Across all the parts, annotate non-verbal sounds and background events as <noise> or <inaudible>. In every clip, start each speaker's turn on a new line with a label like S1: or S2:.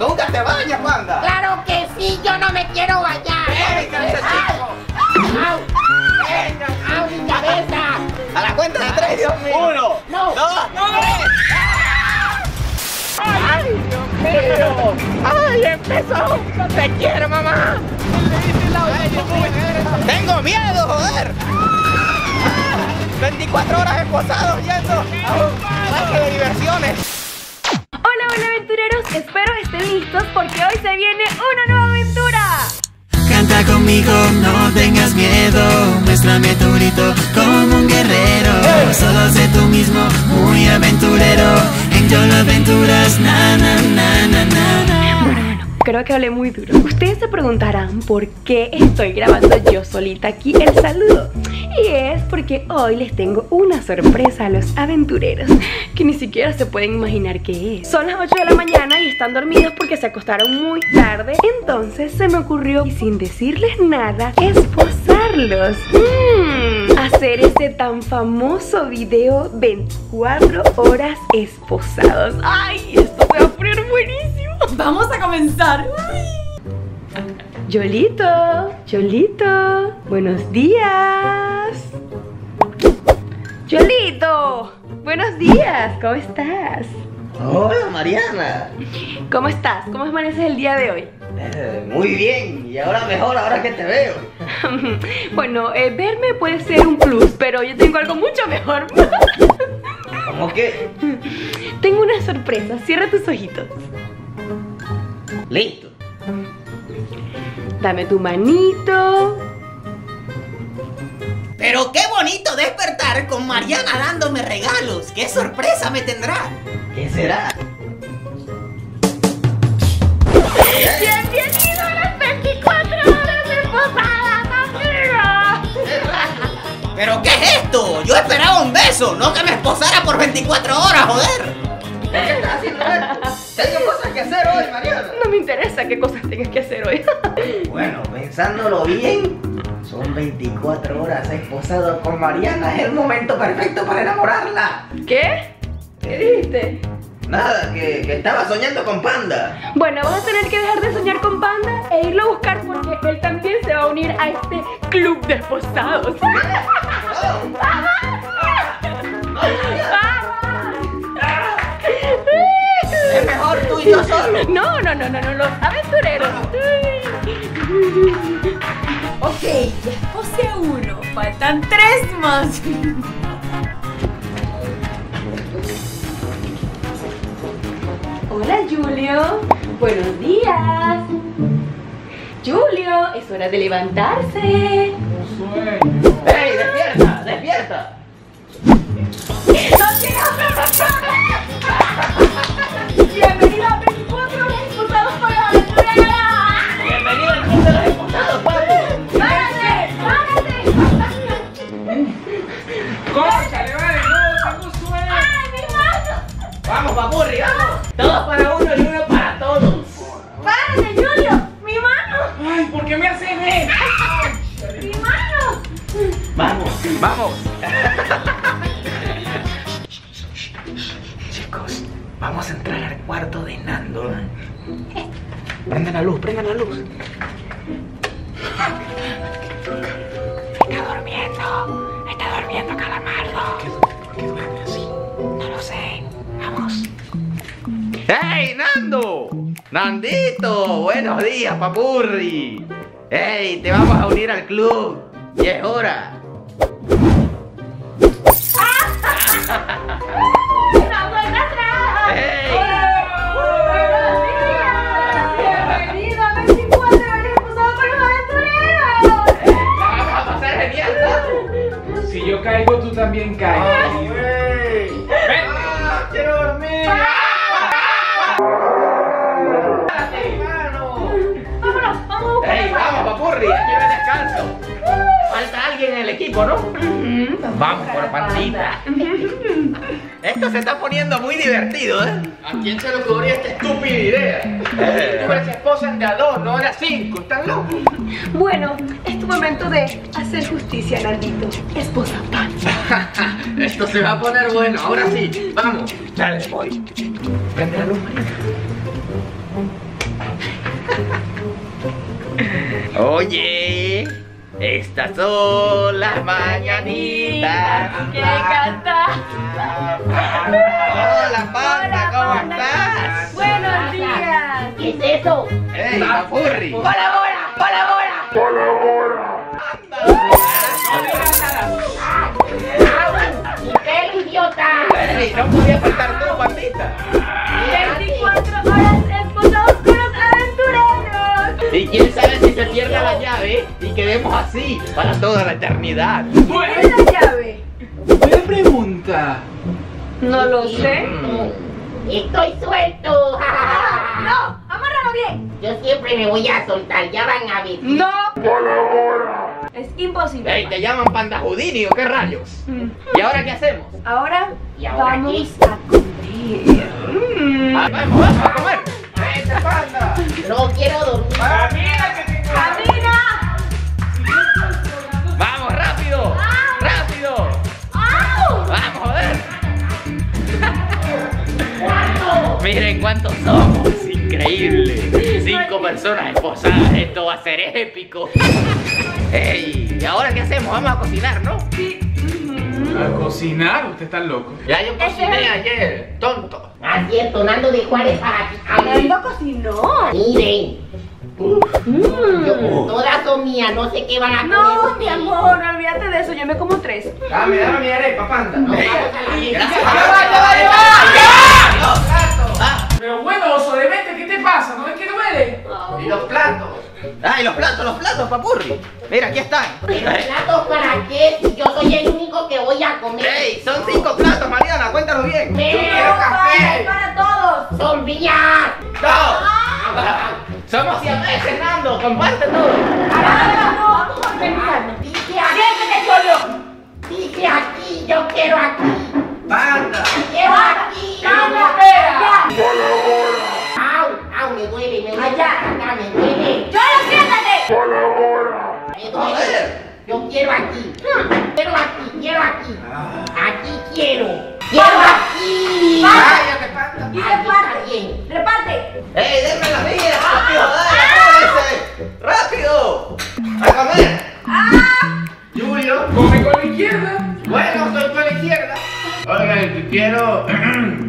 S1: ¡Nunca te bañas, panda!
S2: ¡Claro que sí! ¡Yo no me quiero bañar!
S1: Véngase, chico.
S2: ¡Au! ¡Au, mi cabeza!
S1: A la cuenta de tres, Dios mío. Uno,
S2: No.
S1: dos, tres.
S2: ¡Ay, empezó! ¡No te quiero, mamá!
S1: Tengo miedo, joder. 24 horas esposados yendo a un parque de diversiones.
S3: Hola, hola aventureros, espero estén listos porque hoy se viene una nueva aventura.
S4: Canta conmigo, no tengas miedo. Muéstrame tu grito como un guerrero. Solo sé tú mismo, muy aventurero. En Yolo Aventuras, na na na na na na.
S3: Creo que hablé muy duro. Ustedes se preguntarán por qué estoy grabando yo solita aquí el saludo. Y es porque hoy les tengo una sorpresa a los aventureros que ni siquiera se pueden imaginar qué es. Son las 8 de la mañana y están dormidos porque se acostaron muy tarde. Entonces se me ocurrió, y sin decirles nada, esposarlos. Mm, hacer ese tan famoso video 24 horas esposados. ¡Ay! Esto se va a poner buenísimo.
S5: Vamos a comenzar.
S3: Yolito, Yolito, buenos días. Yolito, buenos días, ¿cómo estás?
S1: Hola, Mariana.
S3: ¿Cómo estás? ¿Cómo amaneces el día de hoy? <laughs>
S1: Eh, Muy bien, y ahora mejor, ahora que te veo.
S3: bueno, eh, verme puede ser un plus, pero yo tengo algo mucho mejor. <laughs>
S1: ¿Cómo que?
S3: tengo una sorpresa, cierra tus ojitos.
S1: Listo.
S3: Dame tu manito.
S6: Pero qué bonito despertar con Mariana dándome regalos. ¡Qué sorpresa me tendrá!
S1: ¿Qué será?
S2: ¡Bienvenido a las 24 horas esposadas, amigo!
S6: ¿Pero qué es esto? Yo esperaba un beso, no que me esposara por 24 horas, joder.
S1: ¿Qué estás haciendo esto? Tengo cosas que hacer hoy, Mariana.
S3: No me interesa qué cosas tengas que hacer hoy.
S1: Bueno, pensándolo bien, son 24 horas esposado con Mariana. Es el momento perfecto para enamorarla.
S3: ¿Qué? ¿Qué dijiste?
S1: Nada, que, que estaba soñando con Panda.
S3: Bueno, vas a tener que dejar de soñar con Panda e irlo a buscar porque él también se va a unir a este club de esposados.
S6: Es mejor tú y yo solo.
S3: No, no, no, no, no, los aventureros.
S5: Ok, ya esposé a uno. Faltan tres más.
S3: Hola, Julio. Buenos días. Julio, es hora de levantarse.
S1: ¡Ey, despierta, despierta!
S5: Bienvenido a 24 horas esposados por la aventura.
S1: ¡Bienvenido al club de los esposados, Panda!
S5: ¡Párate! ¡Párate!
S1: ¡Cóchale, vale! ¡No, tengo sueño!
S5: ¡Ay, mi mano!
S1: ¡Vamos, papurri, vamos! Dos para uno y uno para todos.
S5: ¡Párate, Julio! ¡Mi mano!
S1: ¡Ay, por qué me haces esto!
S5: ¡Mi mano!
S1: ¡Vamos, vamos! <laughs> Chicos, vamos a entrar al cuarto de Nando. Prendan la luz, prendan la luz. ¡Hey, Nando! ¡Nandito! ¡Buenos días, papurri! ¡Hey, te vamos a unir al club! ¡Ya es hora! ¡Hey!
S5: ¡Buenos días! ¡Bienvenido a 24 horas esposados por los aventureros!
S1: ¡Vamos a pasar genial!
S7: Si yo caigo, tú también caes.
S1: ¡Ah, ¡Quiero dormir! Ah.
S5: ¡Vámonos! ¡Vamos a buscar
S1: ¡Ey, vamos, papurri! ¡Aquí me descanso! Falta alguien en el equipo, ¿no? Vamos por pandita. Esto se está poniendo muy divertido, ¿eh? ¿A quién se le ocurrió esta estúpida idea? Tú eres esposa de a dos, no de a cinco. ¿Están locos?
S3: Bueno, es tu momento de hacer justicia, Nandito. Esposa Panda.
S1: Esto se va a poner bueno, ahora sí. Vamos. Dale, voy. Prende la luz, María.
S8: Oye, estas son las mañanitas.
S9: ¡Qué cantas!
S8: Hola, Panda, ¿cómo estás?
S9: ¡Buenos días! ¿Qué es eso?
S8: ¡Ey, Mapurri!
S9: ¡Colabora! ¡Colabora! ¡Qué idiota!
S8: ¡Ey, no podía faltar tú, Pandita!
S9: 24 horas esposados aventureros.
S8: Y quién sabe si se pierda la llave y quedemos así para toda la eternidad.
S10: Buena
S3: La llave.
S10: buena pregunta.
S3: No lo sé.
S2: Estoy suelto. <laughs>
S3: Ah,
S9: No, amárralo bien.
S2: Yo siempre me voy a soltar, ya van a ver.
S3: No.
S9: Es imposible.
S8: ¡Ey, te llaman Panda Houdini o qué rayos!
S1: Mm.
S8: ¿Y ahora qué hacemos?
S9: Ahora,
S2: ¿Y ahora
S9: vamos a comer.
S8: Ah, ¡Vamos, vamos a comer!
S2: No quiero dormir.
S9: ¡Camina!
S8: ¡Vamos, rápido! ¡Rápido! ¡Vamos, joder! Miren cuántos somos, increíble. Cinco personas esposadas, esto va a ser épico. ¡Ey! ¿Y ahora qué hacemos? Vamos a cocinar, ¿no?
S10: A cocinar, usted está loco.
S8: Ya yo
S9: Ese
S8: cociné
S9: es-
S8: ayer, <laughs> tonto.
S2: Así es, Tonando de Juárez para aquí.
S9: Fernando cocinó.
S2: Miren. Yo- todas son mías, no sé Ah, qué van a
S9: Mm. No,
S2: comer
S9: mi
S2: ustedes.
S9: amor, olvídate de eso. Yo me como tres.
S10: Dame, dame mi arepa,
S2: No,
S10: panda.
S2: vamos a la mesa.
S8: Ah.
S10: Pero bueno, oso de mente, ¿qué te pasa? ¿No ves que duele?
S8: ¿Y los platos?
S1: ¡Ay, los platos, los platos, papurri! Mira, aquí están.
S2: Pero platos para qué si yo soy el único que voy a comer.
S1: ¡Ey! Son cinco platos, Mariana, cuéntalo bien.
S2: Pero
S9: para, para todos.
S2: son mías.
S9: Ah,
S8: Somos siameses, Nando, comparte todo.
S9: Ahora vamos a organizarnos.
S2: Dije aquí. Dije aquí, yo quiero aquí.
S1: ¡Panda!
S2: Quiero aquí.
S9: ¡Cala! ¡Ya!
S2: Au, au, me duele, me duele. Acá me duele.
S9: ¡Yo lo siéntate!
S2: Me duele. Yo quiero aquí. Quiero aquí, quiero aquí. Aquí quiero. Quiero aquí.
S1: ¡Cállate, panda!
S9: Y
S2: Aquí está
S9: reparte.
S2: bien.
S9: Reparte.
S1: ¡Ey, denme las mías! ¡Rápido, dale! acábense. ¡Rápido! ¡A comer!
S8: Julio,
S10: Come con la izquierda.
S8: bueno, soy con la izquierda. Oigan, quiero. <clears throat>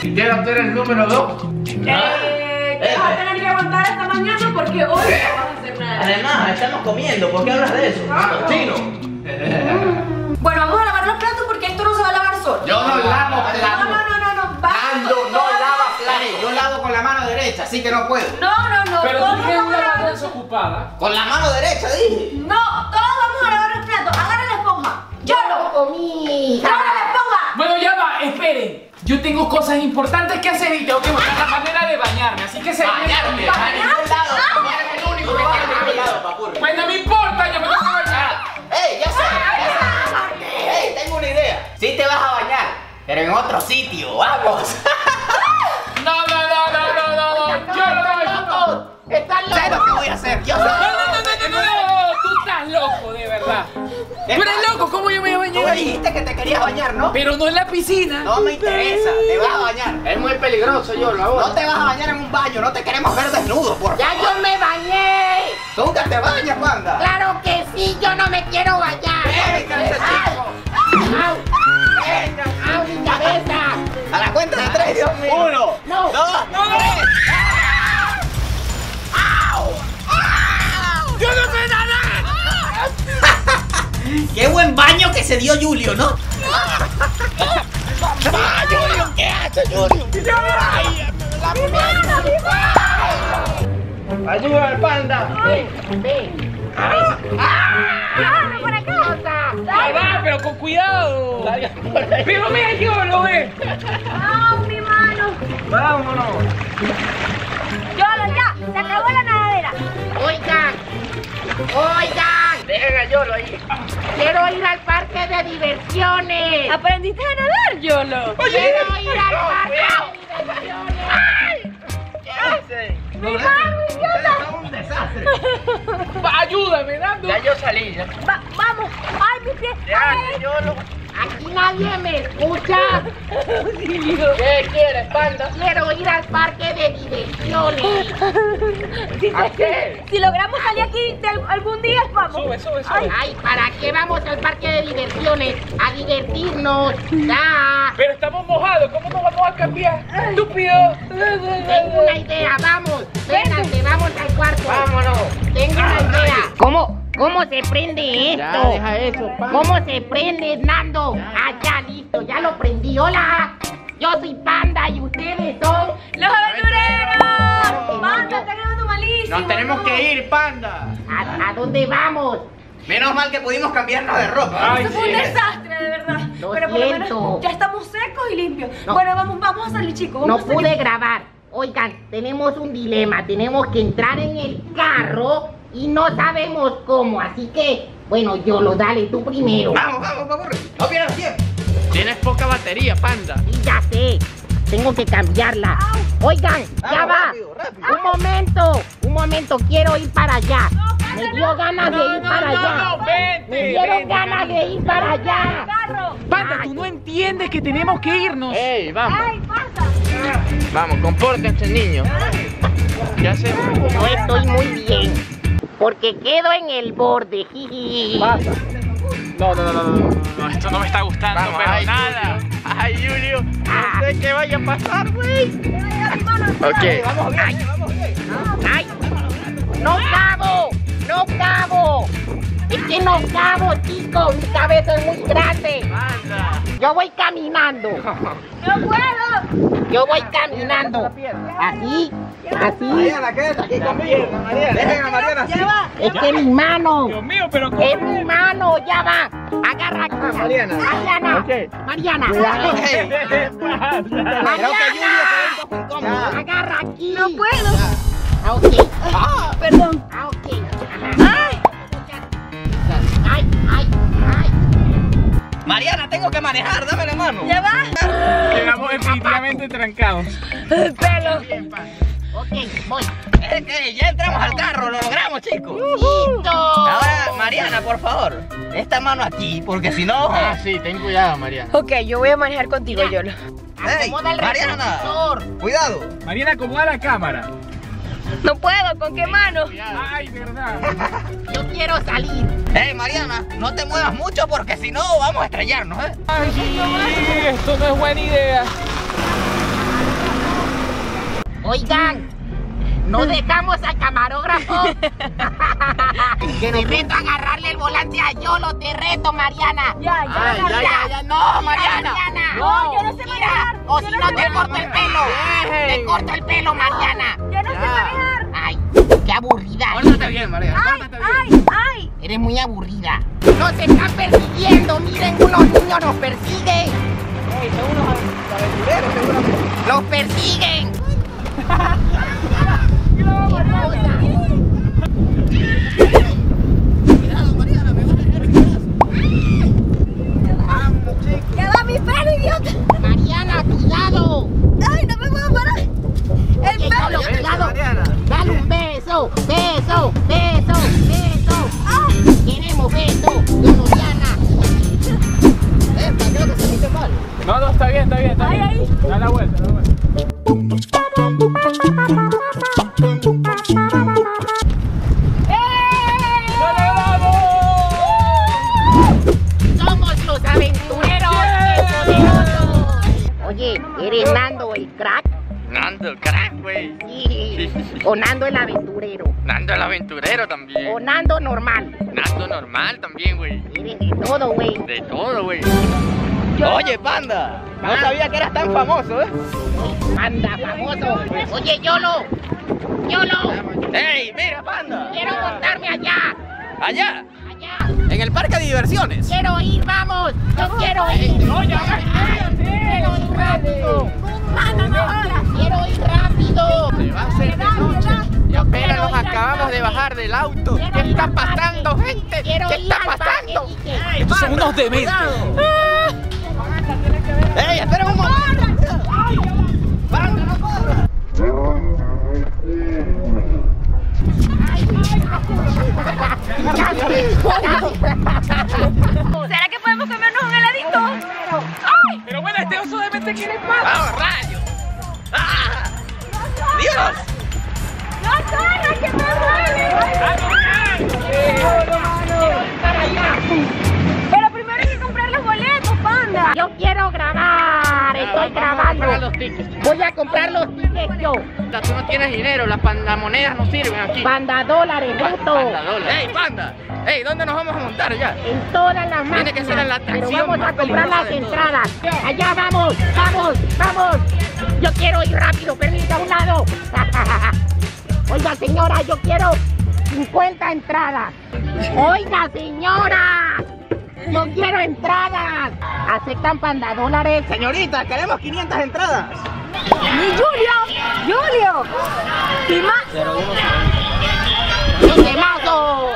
S8: Quiero ser el número dos.
S9: Eh, que vas a tener que aguantar hasta mañana porque hoy no vas a hacer nada.
S1: Además, estamos comiendo, ¿por qué hablas de eso?
S10: Ah,
S8: Ah, Chino.
S9: Bueno, vamos a lavar los platos porque esto no se va a lavar solo.
S8: Yo no lavo
S9: No, no, no, no, no. Vamos.
S1: Ando, no lava platos. Yo lavo con la mano derecha, así que no puedo.
S9: No, no, no.
S10: Pero
S9: todos
S10: tú tienes
S9: vamos a lavar
S10: una mano
S9: los platos.
S10: desocupada.
S1: Con la mano derecha, dije.
S9: No, todos vamos a lavar los platos. Agarra la esponja. Yo
S2: Lo
S9: lo.
S2: comí.
S9: ¡Agarra la esponja!
S10: Bueno, ya va, esperen. Yo tengo cosas importantes que hacer y tengo que buscar la manera de bañarme, así que se.
S1: Bañarme, a
S8: Ah,
S1: ningún lado. Bañarme el único que quiero a mi lado, papurri.
S10: Pues no me importa, yo me tengo que bañar.
S1: ¡Ey, ya sé! ya sé. ¡Ey, tengo una idea! Sí te vas a bañar, pero en otro sitio, vamos. <laughs>
S10: No, no, no, no, no, no, no. Yo no me voy. No, no,
S2: Están
S1: sé lo que voy a hacer, yo sé.
S10: no, no, no, no. Tú estás loco, de verdad. Tú eres loco, ¿cómo yo me voy a
S1: Tú
S10: bañar
S1: me
S10: ahí?
S1: dijiste que te querías bañar, ¿no?
S10: Pero no en la piscina.
S1: No me interesa, te vas a bañar.
S8: Es muy peligroso, yo lo
S1: No te vas a bañar en un baño, no te queremos ver desnudo, por
S2: Ya yo me bañé.
S1: Nunca te bañas, panda.
S2: Claro que sí, yo no me quiero bañar.
S1: ¡Ey, calcetín!
S2: Au, au, mi cabeza.
S1: A la cuenta de tres, Dios mío. Uno,
S2: No.
S1: dos, tres.
S2: Yo no sé nada.
S1: ¡Qué buen baño que se dio Julio, ¿no?
S8: Ayuda al panda.
S9: ¡Agarra Ah, por acá!
S10: Ya va, pero con cuidado. <laughs> Pero mira, yo lo ve.
S9: ¡Ah, mi mano!
S8: Vámonos.
S9: ¡Yolo, ya! ¡Se acabó la nadadera!
S2: Oigan, oigan,
S8: Deja yo lo ahí.
S2: quiero ir al parque de diversiones.
S9: ¿Aprendiste a nadar, Yolo?
S2: Quiero ir al parque de diversiones.
S1: ¡Mi mano, idiota! un desastre!
S10: Va, Ayúdame, Nando.
S8: Ya yo salí. Ya.
S9: Va- ¡Vamos! ¡Ay, mi pie!
S8: Deja yo lo.
S2: Aquí nadie me escucha.
S8: ¿Qué quieres, panda?
S2: Quiero ir al parque de direcciones.
S3: Si,
S8: ¿A qué?
S3: si logramos salir aquí de al- algún día, vamos.
S10: Sube, sube, sube.
S2: Ay, ¿para qué vamos al parque de diversiones? A divertirnos. Ya.
S10: Pero estamos mojados, ¿cómo nos vamos a cambiar? ¡Estúpido!
S2: Tengo una idea, vamos. Vénganse, vamos al cuarto. Vámonos. Tengo una idea. ¿Cómo? ¿Cómo se prende esto?
S1: eso,
S2: ¿Cómo se prende, Nando? Ah, ya, listo, ya lo prendí. Hola, yo soy Panda y ustedes son...
S3: ¡Los aventureros!
S2: Panda,
S3: está grabando malísimo.
S8: Nos tenemos que ir, panda.
S2: ¿A, a dónde vamos?
S1: Menos mal que pudimos cambiarnos de ropa.
S10: Ay,
S3: Fue un desastre, de verdad.
S2: Lo
S3: Pero por lo
S2: siento.
S3: menos ya estamos secos y limpios.
S2: No.
S3: Bueno, vamos, vamos a salir, chicos.
S2: No
S3: Vamos a salir.
S2: pude grabar. Oigan, tenemos un dilema. Tenemos que entrar en el carro y no sabemos cómo. Así que, bueno, yo lo dale tú primero.
S1: Vamos, vamos, vamos. No pierdas tiempo.
S8: Tienes poca batería, panda.
S2: Y ya sé, tengo que cambiarla. Oigan, ya
S1: Vamos,
S2: va.
S1: rápido, rápido.
S2: Un momento, un momento, quiero ir para allá. Me dio ganas de ir para allá.
S10: no, vente,
S2: Me dieron
S10: vente,
S2: ganas de ir para allá.
S10: Panda, tú no entiendes que tenemos que irnos.
S8: ¡Ey, vamos! Vamos, compórtense, niños. ¿Qué hacemos?
S2: No estoy muy bien, porque quedo en el borde. jiji.
S8: No, no, no, no, no.
S10: No, esto no me está gustando,
S8: Vamos,
S10: pero
S8: ay,
S10: nada.
S8: Julio. Ay, Julio,
S2: Ah.
S8: no sé qué vaya a pasar, güey. Ok,
S2: ¡Ay! ¡No cabo! ¡No cabo! Es que no cabo, chico. Mi cabeza es muy grande.
S8: panda.
S2: Yo voy caminando.
S9: ¡No puedo!
S2: Yo voy caminando. Así, así.
S1: Mariana, quédate aquí conmigo. Dejen a Mariana así.
S2: Es que mi mano.
S10: Dios mío, pero ¿cómo?
S2: Es mi mano. Ya va. Agarra aquí.
S1: Mariana.
S2: Mariana.
S8: Ok.
S2: Mariana.
S1: Ey, Creo que Julio se ve un poco incómodo.
S2: Agarra aquí. No puedo. Ah, ok.
S3: Perdón.
S2: Ah, ok. Ay. Ay, ay, ay.
S1: Mariana, tengo que manejar, dame la mano.
S3: Ya va.
S10: Quedamos definitivamente trancados.
S3: Pelo.
S2: Ok, voy.
S1: Eh, eh, ya entramos al carro, lo logramos, chicos.
S2: Listo.
S1: Ahora, Mariana, por favor, esta mano aquí, porque si no.
S8: Ah, sí, ten cuidado, Mariana.
S3: Ok, yo voy a manejar contigo,
S2: Mira.
S3: Yolo.
S1: Ey,
S2: Acomoda el
S1: Mariana.
S2: retrovisor.
S1: Cuidado.
S10: Mariana, acomoda la cámara.
S3: No puedo, ¿con qué mano?
S10: Ay, verdad.
S2: Yo quiero salir.
S1: Ey, Mariana, no te muevas mucho porque si no vamos a estrellarnos, ¿eh?
S10: Ay, esto no es buena idea.
S2: Oigan, no dejamos al <laughs> camarógrafo. que te reto a agarrarle el volante a Yolo, te reto, Mariana.
S3: Ya, ya.
S2: Ay, ya, ya, ya, no, Mariana.
S3: No, yo no sé
S2: Mira,
S3: manejar.
S2: O
S3: Yo
S2: si
S3: no
S2: no,
S3: sé
S2: te
S3: manejar.
S2: corto el pelo. Te corto el pelo, Mariana.
S3: Yo no sé manejar.
S2: Ay, qué aburrida.
S1: Pórtate bien, Mariana. Pórtate bien.
S3: Ay, ay.
S2: Eres muy aburrida. Nos están persiguiendo. Miren, unos niños nos persiguen. Los persiguen.
S9: ¡Ya va mi pelo, idiota!
S2: Mariana, cuidado.
S9: ¡Ay, no me puedo parar! ¡El
S2: Ey,
S9: pelo!
S2: Yolo, cuidado. Dale un beso, beso, beso, beso.
S9: ¡Ah!
S2: Queremos beso, Yoloriana.
S10: No, no, está bien, está bien, está bien. Da la vuelta, da la vuelta. ¡Lo logramos!
S2: Somos los aventureros del poderoso. Oye, ¿eres Nando el crack?
S8: Nando, crack, güey.
S2: Sí. O Nando el aventurero.
S8: Nando el aventurero
S2: O
S8: también.
S2: Nando normal.
S8: Nando normal también, güey.
S2: Eres de todo, güey.
S8: De todo, güey.
S1: Oye, panda, no sabía que eras tan famoso, ¿eh?
S2: Panda famoso. Oye, Yolo. Yolo.
S1: Ey, mira, panda.
S2: Quiero montarme allá.
S1: Allá,
S2: Allá.
S1: en el parque de diversiones.
S2: Quiero ir, vamos. Yo quiero ir. No, ya Quiero ir rápido. Quiero ir rápido.
S1: Se va a hacer de noche. Y apenas nos acabamos de bajar del auto. ¿Qué
S2: Quiero ir
S1: está
S2: al parque.
S1: pasando, gente?
S2: Quiero
S1: ¿Qué
S2: ir
S1: está
S2: al parque,
S1: pasando?
S2: dije.
S10: Estos son unos dementes.
S1: ¡Ey, espera un momento! ¡Panda, no corras!
S3: ¿Será que podemos comernos un heladito?
S10: Pero bueno, este oso de mente quiere más.
S1: ¡Vamos, rayos! ¡Ah! ¡Dios!
S8: tickets.
S2: Voy a comprar los tickets yo.
S8: Panda, tú no tienes dinero, las pan- las monedas no sirven aquí.
S2: Panda dólares, bruto.
S8: Panda dólares. ¡Ey, panda! ¡Ey, ¿dónde nos vamos a montar ya?
S2: En todas las máquinas.
S8: Tiene que ser en la
S2: Pero
S8: atracción
S2: vamos
S8: más
S2: a comprar
S8: peligrosa
S2: las
S8: de todas.
S2: entradas. Allá vamos, vamos, vamos. Yo quiero ir rápido, permítame a un lado. <laughs> Oiga, señora, yo quiero 50 entradas. Oiga, señora. Yo quiero entradas. ¿Aceptan panda dólares?
S1: Señorita, queremos 500 entradas.
S9: ¡Mi Julio! ¡Julio! ¡Y más!
S2: ¡Qué temazo!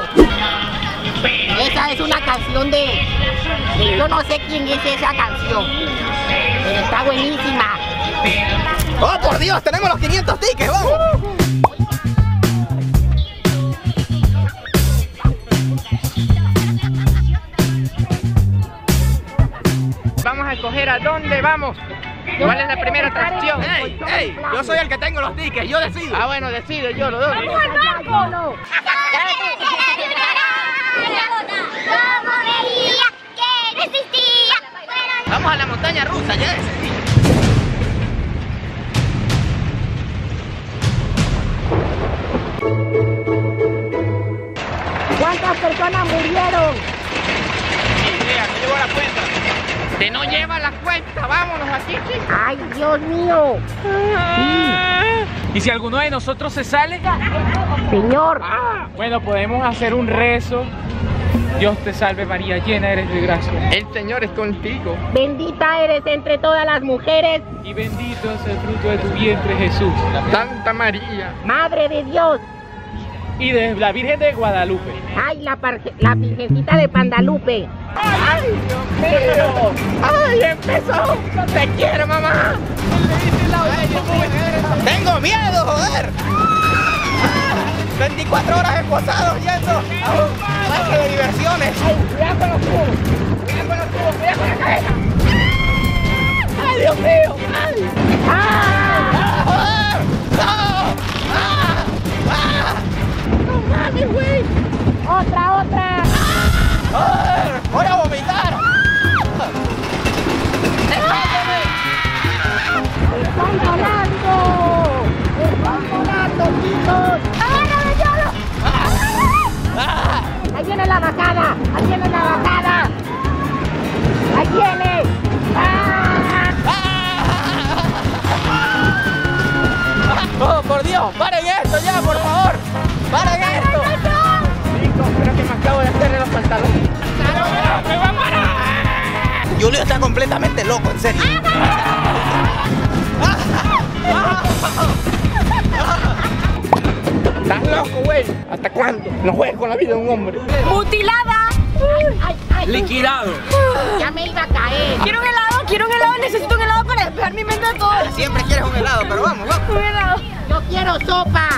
S2: Esa es una canción de... Yo no sé quién es esa canción. Pero está buenísima.
S1: ¡Oh, por Dios! ¡Tenemos los 500 tickets! ¡Vamos!
S8: Vamos a escoger a dónde vamos. ¿Cuál es la primera atracción?
S2: ¡Ey, ey!
S8: Yo soy el que tengo los tickets, yo decido. Ah, bueno, decide yo, lo doy.
S9: ¡Cómo veía que no existía! Fueron
S8: Vamos a la montaña rusa, ya decidí.
S2: ¿Cuántas personas murieron?
S8: Te no lleva la cuenta, vámonos aquí, chicos.
S2: ¡Ay, Dios mío!
S3: Ah.
S10: ¿Y si alguno de nosotros se sale? Ah.
S2: Señor,
S10: Bueno, podemos hacer un rezo. Dios te salve María, llena eres de gracia.
S8: El Señor es contigo.
S2: bendita eres entre todas las mujeres,
S10: Y bendito es el fruto de tu vientre Jesús.
S8: Santa María.
S2: Madre de Dios.
S10: Y de la Virgen de Guadalupe.
S2: ¡Ay, la, parge- la virgencita de Pandalupe!
S8: ¡Ay, empezó! ¡Te quiero, mamá!
S1: ¡Tengo miedo, joder! 24 horas esposados yendo a un parque de diversiones. Ah, ah.
S2: ¡Otra, otra!
S1: Ah, ¡Voy a vomitar!
S2: ¡Están volando! ¡Están volando, chicos! ¡Ahí viene la bajada! ¡Ahí viene la bajada! ¡Ahí viene! ¡Ah!
S1: ¡Oh, por Dios! ¡Paren esto ya, por favor! ¡Paren esto! Chicos, creo que me acabo de hacerle los pantalones. Julio está completamente loco, en serio.
S8: ¡Estás loco, güey! ¿Hasta cuándo? No juegues con la vida de un hombre.
S9: ¡Mutilada!
S2: ¡Ay, ay!
S10: Liquidado.
S2: ¡Ya me iba a caer!
S9: Quiero un helado, quiero un helado, necesito un helado para despejar mi mente de todo.
S1: Siempre quieres un helado, pero vamos, vamos.
S9: Un helado.
S2: ¡Yo quiero sopa!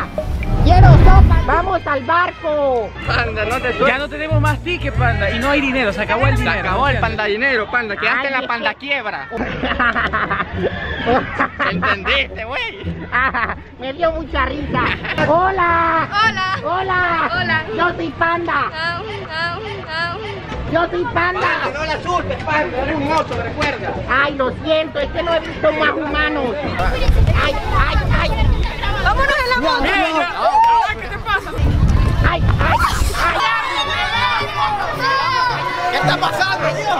S2: ¡Quiero sopa! <laughs> ¡Vamos al barco!
S8: Panda, no te
S10: Ya no tenemos más tickets, panda. Y no hay dinero, se acabó el
S8: Se
S10: dinero.
S8: acabó el panda dinero, panda.
S2: Ay,
S8: Quedaste
S2: es
S8: en la
S2: que-
S8: panda quiebra. ¿Entendiste, güey?
S2: <laughs> Me dio mucha risa. Hola.
S9: Hola.
S2: Hola.
S9: Hola.
S2: Yo soy panda.
S9: Au, au, au.
S2: Yo soy panda.
S8: Ah, no la asustes, panda. Eres un oso, recuerda.
S2: Ay, lo siento, es que no he visto más humanos. Ay, ay, ay.
S9: ¡Vámonos en la moto!
S2: Ay, ay, ay.
S1: ¿Qué está pasando, Dios?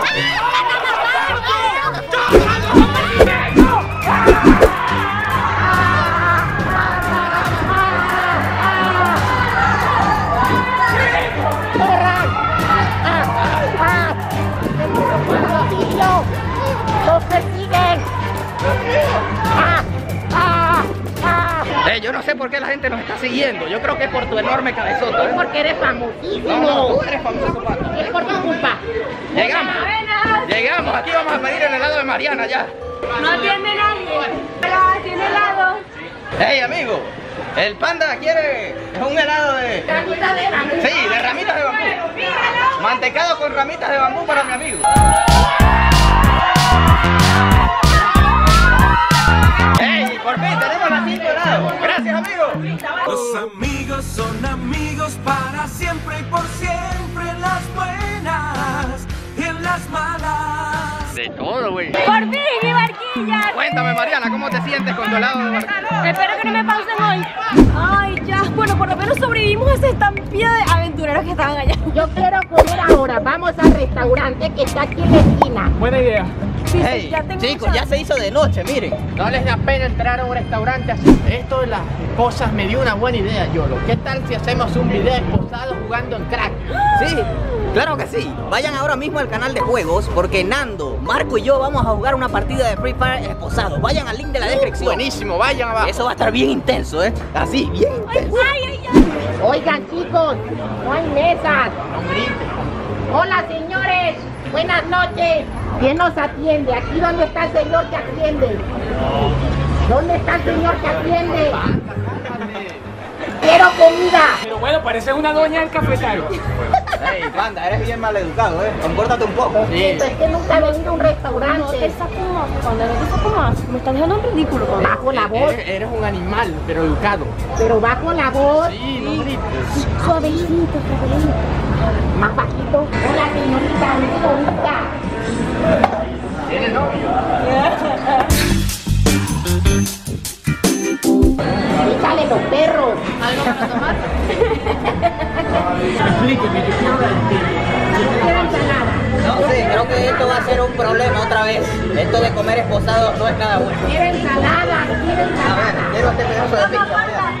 S2: Corran. Ah, ah. Auxilio. Los persiguen. Ah, ah, ah.
S8: Eh, yo no sé por qué la gente nos está siguiendo. Yo creo que es por tu enorme cabezoto.
S2: Es
S8: ¿eh?
S2: porque eres
S8: No, no,
S2: famosísimo.
S8: tú eres famoso, panda.
S2: Es por tu culpa.
S8: Llegamos. Llegamos. Aquí vamos a pedir el helado de Mariana ya.
S9: No atiende nadie. Hola, ¿tiene helado?
S8: Hey, amigo. El panda quiere un helado de... Sí, de ramitas de bambú. Mantecado con ramitas de bambú para mi amigo. Hey, por fin tenemos la cinco helado. Gracias, amigo.
S4: Los amigos son amigos para siempre y por siempre en las buenas y en las malas.
S8: De todo, güey.
S9: Por fin, Ibar chiquillas.
S8: Cuéntame, Mariana, ¿cómo te sientes con tu helado de barquilla?
S9: Espero que no me pausen hoy. Ay, ya. Bueno, por lo menos sobrevivimos a esa estampida de aventureros que estaban allá.
S2: Yo quiero comer ahora. Vamos al restaurante que está aquí en la esquina.
S10: Buena idea.
S9: Sí, sí,
S1: Hey,
S9: ya tengo
S1: chicos,
S9: mucha-
S1: ya se hizo de noche, miren.
S8: No les da pena entrar a un restaurante así. Esto de las esposas me dio una buena idea, Yolo. ¿Qué tal si hacemos un video esposado jugando en crack?
S1: Sí, claro que sí. Vayan ahora mismo al canal de juegos porque Nando, Marco y yo vamos a jugar una partida de Free Fire esposado. Vayan al link de la descripción.
S8: Uh, Buenísimo, vayan abajo.
S1: Eso va a estar bien intenso, ¿eh? Así, bien intenso.
S9: Ay, ay, ay.
S2: Oigan, chicos, no hay mesas. Hola, señores. Buenas noches. ¿Quién nos atiende? Aquí dónde está el señor que atiende. ¿Dónde está el señor que atiende? Quiero comida.
S10: Pero bueno, parece una doña del cafetal.
S1: Ey, banda, eres bien maleducado, ¿eh? Compórtate un poco.
S8: Eh,
S2: Esto es que nunca he venido a un
S9: No te
S2: restaurante.
S9: saco más, Panda, no te saco más. Me están dejando en ridículo, Panda.
S2: Bajo la voz,
S8: Eres, eres un animal, pero educado.
S2: pero bajo la voz.
S8: Sí, no grites.
S9: Suavecito, suavecito.
S2: Más bajito. Hola, señorita, mi señorita.
S8: Tiene novio.
S2: Quítale los perros.
S8: Explíqueme, yo quiero
S1: No sé, creo que esto va a ser un problema otra vez. Esto de comer esposados no es nada bueno.
S2: Quiero ensalada, quiero
S1: A
S2: ensalada.
S1: ver, quiero este pedazo de pizza. vea.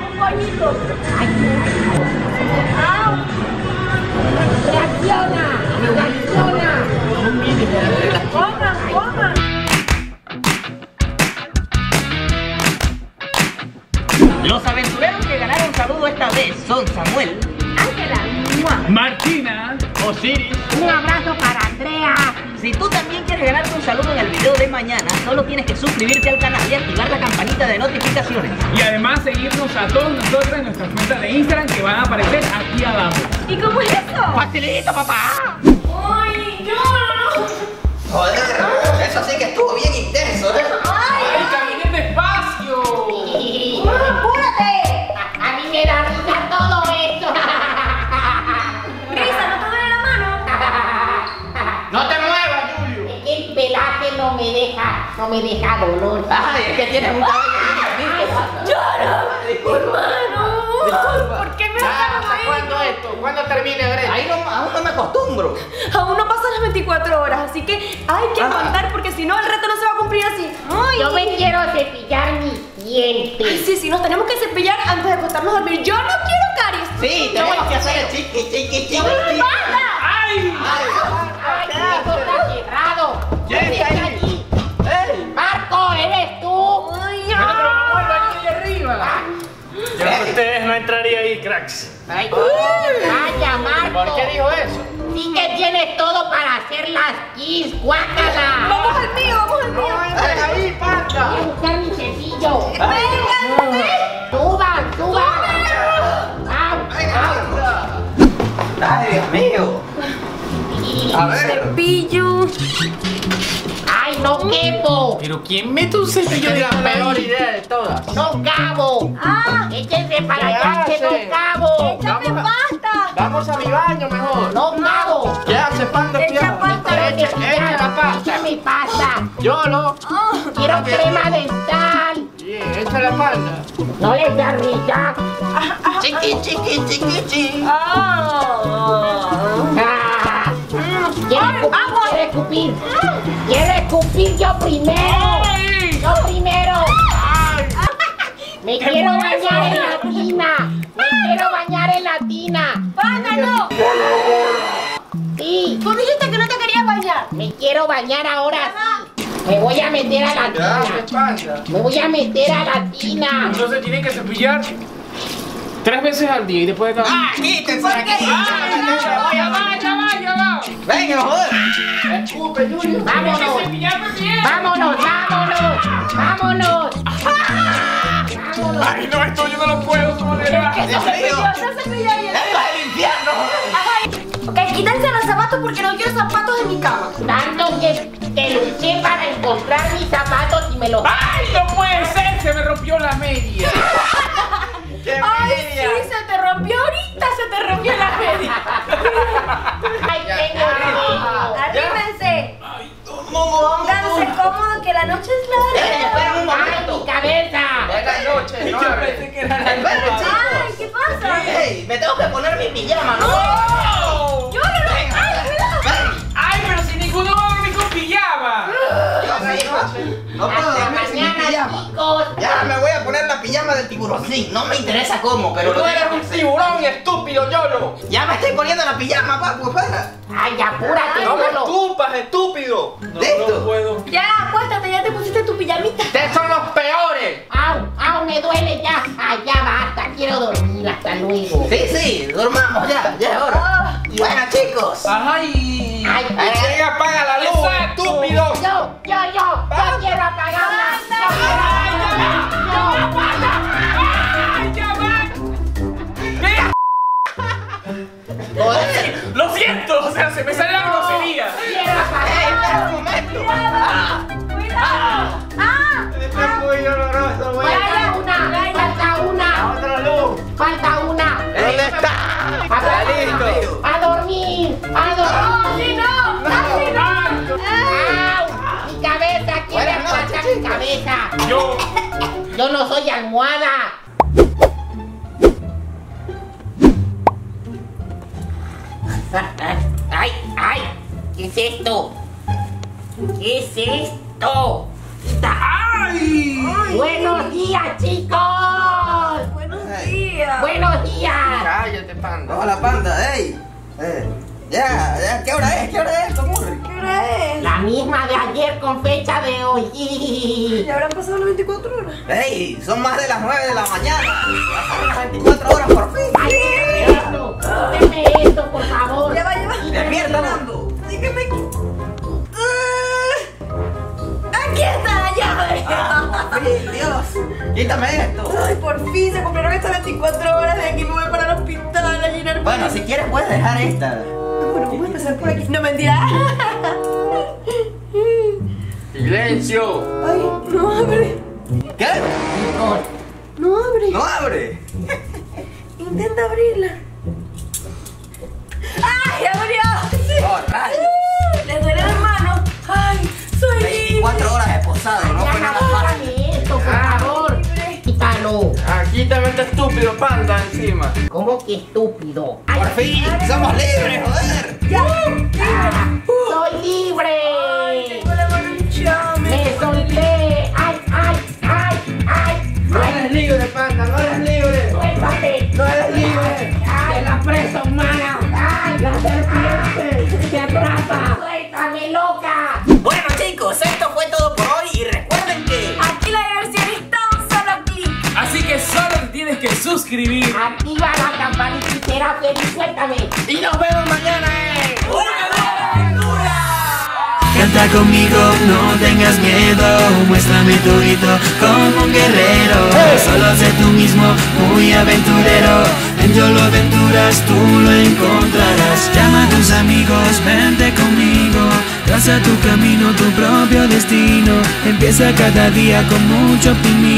S2: Reacciona, reacciona.
S1: Los aventureros que ganaron saludo esta vez son Samuel,
S10: Martina.
S8: Osiris.
S2: Un abrazo para Andrea.
S1: Si tú también quieres ganarte un saludo en el video de mañana, solo tienes que suscribirte al canal y activar la campanita de notificaciones.
S10: Y además seguirnos a todos nosotros en nuestras cuentas de Instagram que van a aparecer aquí abajo.
S9: ¿Y cómo es eso?
S1: ¡Facilito, papá!
S9: ¡Ay, yo!
S1: Joder, eso sí que estuvo bien intenso, ¿eh?
S10: ¡Ay, caminen despacio!
S9: ¡Apúrate!
S2: A mí me da risa todo esto.
S9: Risa, no te duele la mano.
S8: ¡No te muevas, Julio!
S2: El pelaje no me deja, no me deja dolor.
S1: Ay, es que tienes un cabello.
S9: ¡Mano! ¿Por qué me
S3: Ah,
S8: Ya,
S9: dejaron
S8: ¿hasta
S9: ahí?
S8: cuándo esto? ¿Cuándo termina, Greta?
S1: Ahí no, aún no me acostumbro.
S9: Aún no pasan las 24 horas, así que hay
S8: Ah.
S9: que aguantar porque si no el reto no se va a cumplir así. ¡Ay!
S2: Yo me quiero cepillar mis
S9: Ay,
S2: dientes.
S9: sí, sí, nos tenemos que cepillar antes de acostarnos a dormir. Yo no quiero caries.
S1: Sí, tenemos que hacer el chiqui, chiqui, chiqui.
S10: ¡Ay!
S2: Ay, eso está cerrado.
S8: ¿Quién está ahí?
S2: allí? Marco, ¿eres tú?
S9: Ay,
S10: Bueno, pero
S9: ya.
S10: vamos a aquí arriba.
S11: Yo con ustedes no entraría ahí, cracks.
S2: Ay, vaya, Marco.
S8: ¿Por qué dijo eso?
S2: Sí que tienes todo para hacer las kiss, guácala.
S9: Vamos al mío, vamos al mío.
S8: ¡Estás ahí,
S2: Voy
S8: panda!
S2: a buscar mi cepillo.
S9: Venga,
S2: Suban, suban. Au,
S1: Ay, Dios mío. A ver.
S9: Pillo.
S2: Ay, no quepo.
S10: Pero ¿quién mete un cepillo de
S8: Es la peor
S10: papel?
S8: idea de todas.
S2: No cabo.
S9: Ah,
S2: Échense para allá que
S8: hace?
S2: no cabo.
S9: échate
S8: Vamos a-
S9: pasta.
S8: Vamos a mi baño mejor.
S2: No cabo.
S8: ¿Qué hace, panda?
S9: Echa
S8: fiado?
S9: pasta.
S8: Echa, echa la pasta.
S2: Echa mi pasta.
S8: Yo no.
S9: Ah,
S2: Quiero crema dental.
S8: Sí, echa la panda.
S2: No les da risa.
S1: Chiqui, chiqui, chiqui, chiqui.
S2: Ah. Quiero escupir, quiero escupir. Quiero escupir yo primero. Yo primero. Me quiero bañar en la tina. Me quiero bañar en la tina.
S9: panda, no.
S2: Sí,
S9: Tú dijiste que no te querías bañar.
S2: me quiero bañar ahora sí. Me voy a meter a la tina. Me voy a meter a la tina.
S10: No se tiene que cepillar tres veces al día y después de cada...
S1: Ah, quítense. aquí.
S10: ¡Vaya, vaya, vaya! vaya.
S1: Venga, joder.
S2: Vámonos.
S10: cepillarme bien!
S2: Vámonos, vámonos. Vámonos. Vámonos.
S10: ¡Ay, no, esto yo no lo puedo tolerar!
S9: Se cepilló, se cepilló bien.
S1: Venga, el infierno.
S9: Ok, quítense los zapatos porque no quiero zapatos en mi cama.
S2: Tanto que, que luché para encontrar mis zapatos y me los...
S10: ¡Ay, no puede ser! ¡Se me rompió la <laughs> media!
S1: Qué
S9: Ay,
S1: envidia.
S9: sí, se te rompió ahorita, se te rompió la media.
S2: ¡Ay, tengo miedo.
S9: Arrímense. Pónganse cómodos que la noche es
S10: tirar al
S8: Espera,
S10: agua.
S12: ¡Ay, qué pasa!
S1: ¡Ey! Me tengo que poner mi pijama, ¿no?
S10: ¡Oh!
S12: ¡Yo no lo ¡Ay, cuidado!
S10: ¡Ay, pero si ninguno va a dormir con pijama!
S1: Yo sí, No puedo dormir sin mi pijama. Ya me voy a poner la pijama del tiburón. Sí, no me interesa cómo, pero
S8: Tú
S1: lo
S8: eres
S1: tengo.
S8: un tiburón, estúpido Yolo.
S1: Ya me estoy poniendo la pijama, pues, papu. espera.
S2: ¡Ay, apúrate,
S8: No me
S2: Lolo!
S8: escupas, estúpido.
S10: No,
S1: Listo.
S10: no puedo.
S12: Ya, acuéstate, ya te pusiste tu pijamita.
S8: Ustedes son los peores.
S2: ¡Au! ¡Au! ¡Me duele ya! ¡Ay, ya basta! Quiero dormir. ¡Hasta luego!
S1: Sí, sí, dormamos ya, ya es hora. Bueno, chicos. Eh.
S10: Ajá, y...
S2: ¡Ay,
S8: ¿Quién apaga la luz,
S10: Exacto.
S8: estúpido?
S2: yo, yo, yo! ¡Yo quiero apagarla! ¡Yo quiero apagarla! ¡Yo!
S1: Joder.
S10: ¡Lo siento! O sea, se me sale la grosería.
S1: Ey, espera un momento.
S12: ¡Cuidado! ¡Cuidado! ¡Ah!
S11: Está muy doloroso, güey.
S2: ¡Falta una! ¡Falta una!
S11: Otra luz.
S2: ¡Falta una!
S8: ¿Dónde está?
S2: ¡A dormir!
S8: Está listo.
S2: ¡A dormir! ¡A
S12: ¡No,
S2: dormir!
S12: sí, no! ¡Así no! ¡Ay!
S2: ¡Au! ¡Mi cabeza! ¿Quién me
S1: Buenas noches,
S2: falta mi cabeza?
S10: Yo...
S2: ¡Yo no soy almohada!
S1: ¡Ay, ay! ¿Qué es esto? ¿Qué es esto?
S2: ¡Buenos días, chicos!
S12: ¡Buenos días!
S2: ¡Buenos días!
S8: Cállate, panda.
S1: Hola, panda, ey. Eh, Ya, ya, ¿qué hora es? ¿Qué hora es? ¿Cómo?
S12: ¿Qué hora es?
S2: La misma de ayer con fecha de <laughs> hoy.
S12: Ya habrán pasado las 24 horas.
S1: ¡Ey! Son más de las 9 de la mañana. Pasaron las 24 horas por fin.
S2: ¡Ay, quítame esto! ¡Quítame esto, por favor!
S12: Ya va, ya va.
S2: Quítame
S1: ¡Despierta,
S2: esto.
S1: Nando!
S12: Dígame. Aquí está la llave.
S1: ¡Ay, Dios! ¡Quítame esto!
S12: Ay, por fin se compraron estas 24 horas. De aquí me voy para el hospital a llenar.
S1: Bueno, si quieres puedes dejar esta.
S12: Bueno, vamos a empezar por aquí. No, mentira.
S8: Silencio.
S12: Ay, no abre.
S1: ¿Qué?
S12: No abre.
S1: ¡No abre!
S12: Intenta abrirla. ¡Ay, abrió! Sí.
S1: ¡Oh, rayos!
S12: Le duele la mano. ¡Ay, soy libre!
S1: 24 horas esposado, ¿no?
S2: Ya
S1: Fue nada
S2: no,
S1: fácil.
S2: quítame esto, por favor. Quítalo.
S8: Aquí también está estúpido panda encima.
S2: ¿Cómo que estúpido?
S1: ¡Por fin! ¡Somos libres, joder!
S12: ¡Ya!
S2: ¡Soy libre!
S12: Tengo la mano hinchada.
S2: ¡Me solté! ¡Ay, ay, ay, ay! ¡Ay,
S8: libre, panda, no eres libre.
S2: suéltate!
S8: No eres libre.
S2: ¡Ay, la presa humana! ¡Ay, la serpiente! ¡Te atrapa! ¡Suéltame, loca!
S1: Bueno, chicos, esto fue todo por hoy y recuerden que...
S12: Aquí la diversión está un solo clic.
S10: Así que solo te tienes que suscribir.
S2: Activa la campanita y será feliz. Suéltame.
S8: Y nos vemos mañana. eh.
S4: Canta conmigo, no tengas miedo, muéstrame tu grito como un guerrero. Solo sé tú mismo, muy aventurero. En Yolo Aventuras tú lo encontrarás. Llama a tus amigos, vente conmigo. Traza tu camino, tu propio destino. Empieza cada día con mucho optimismo.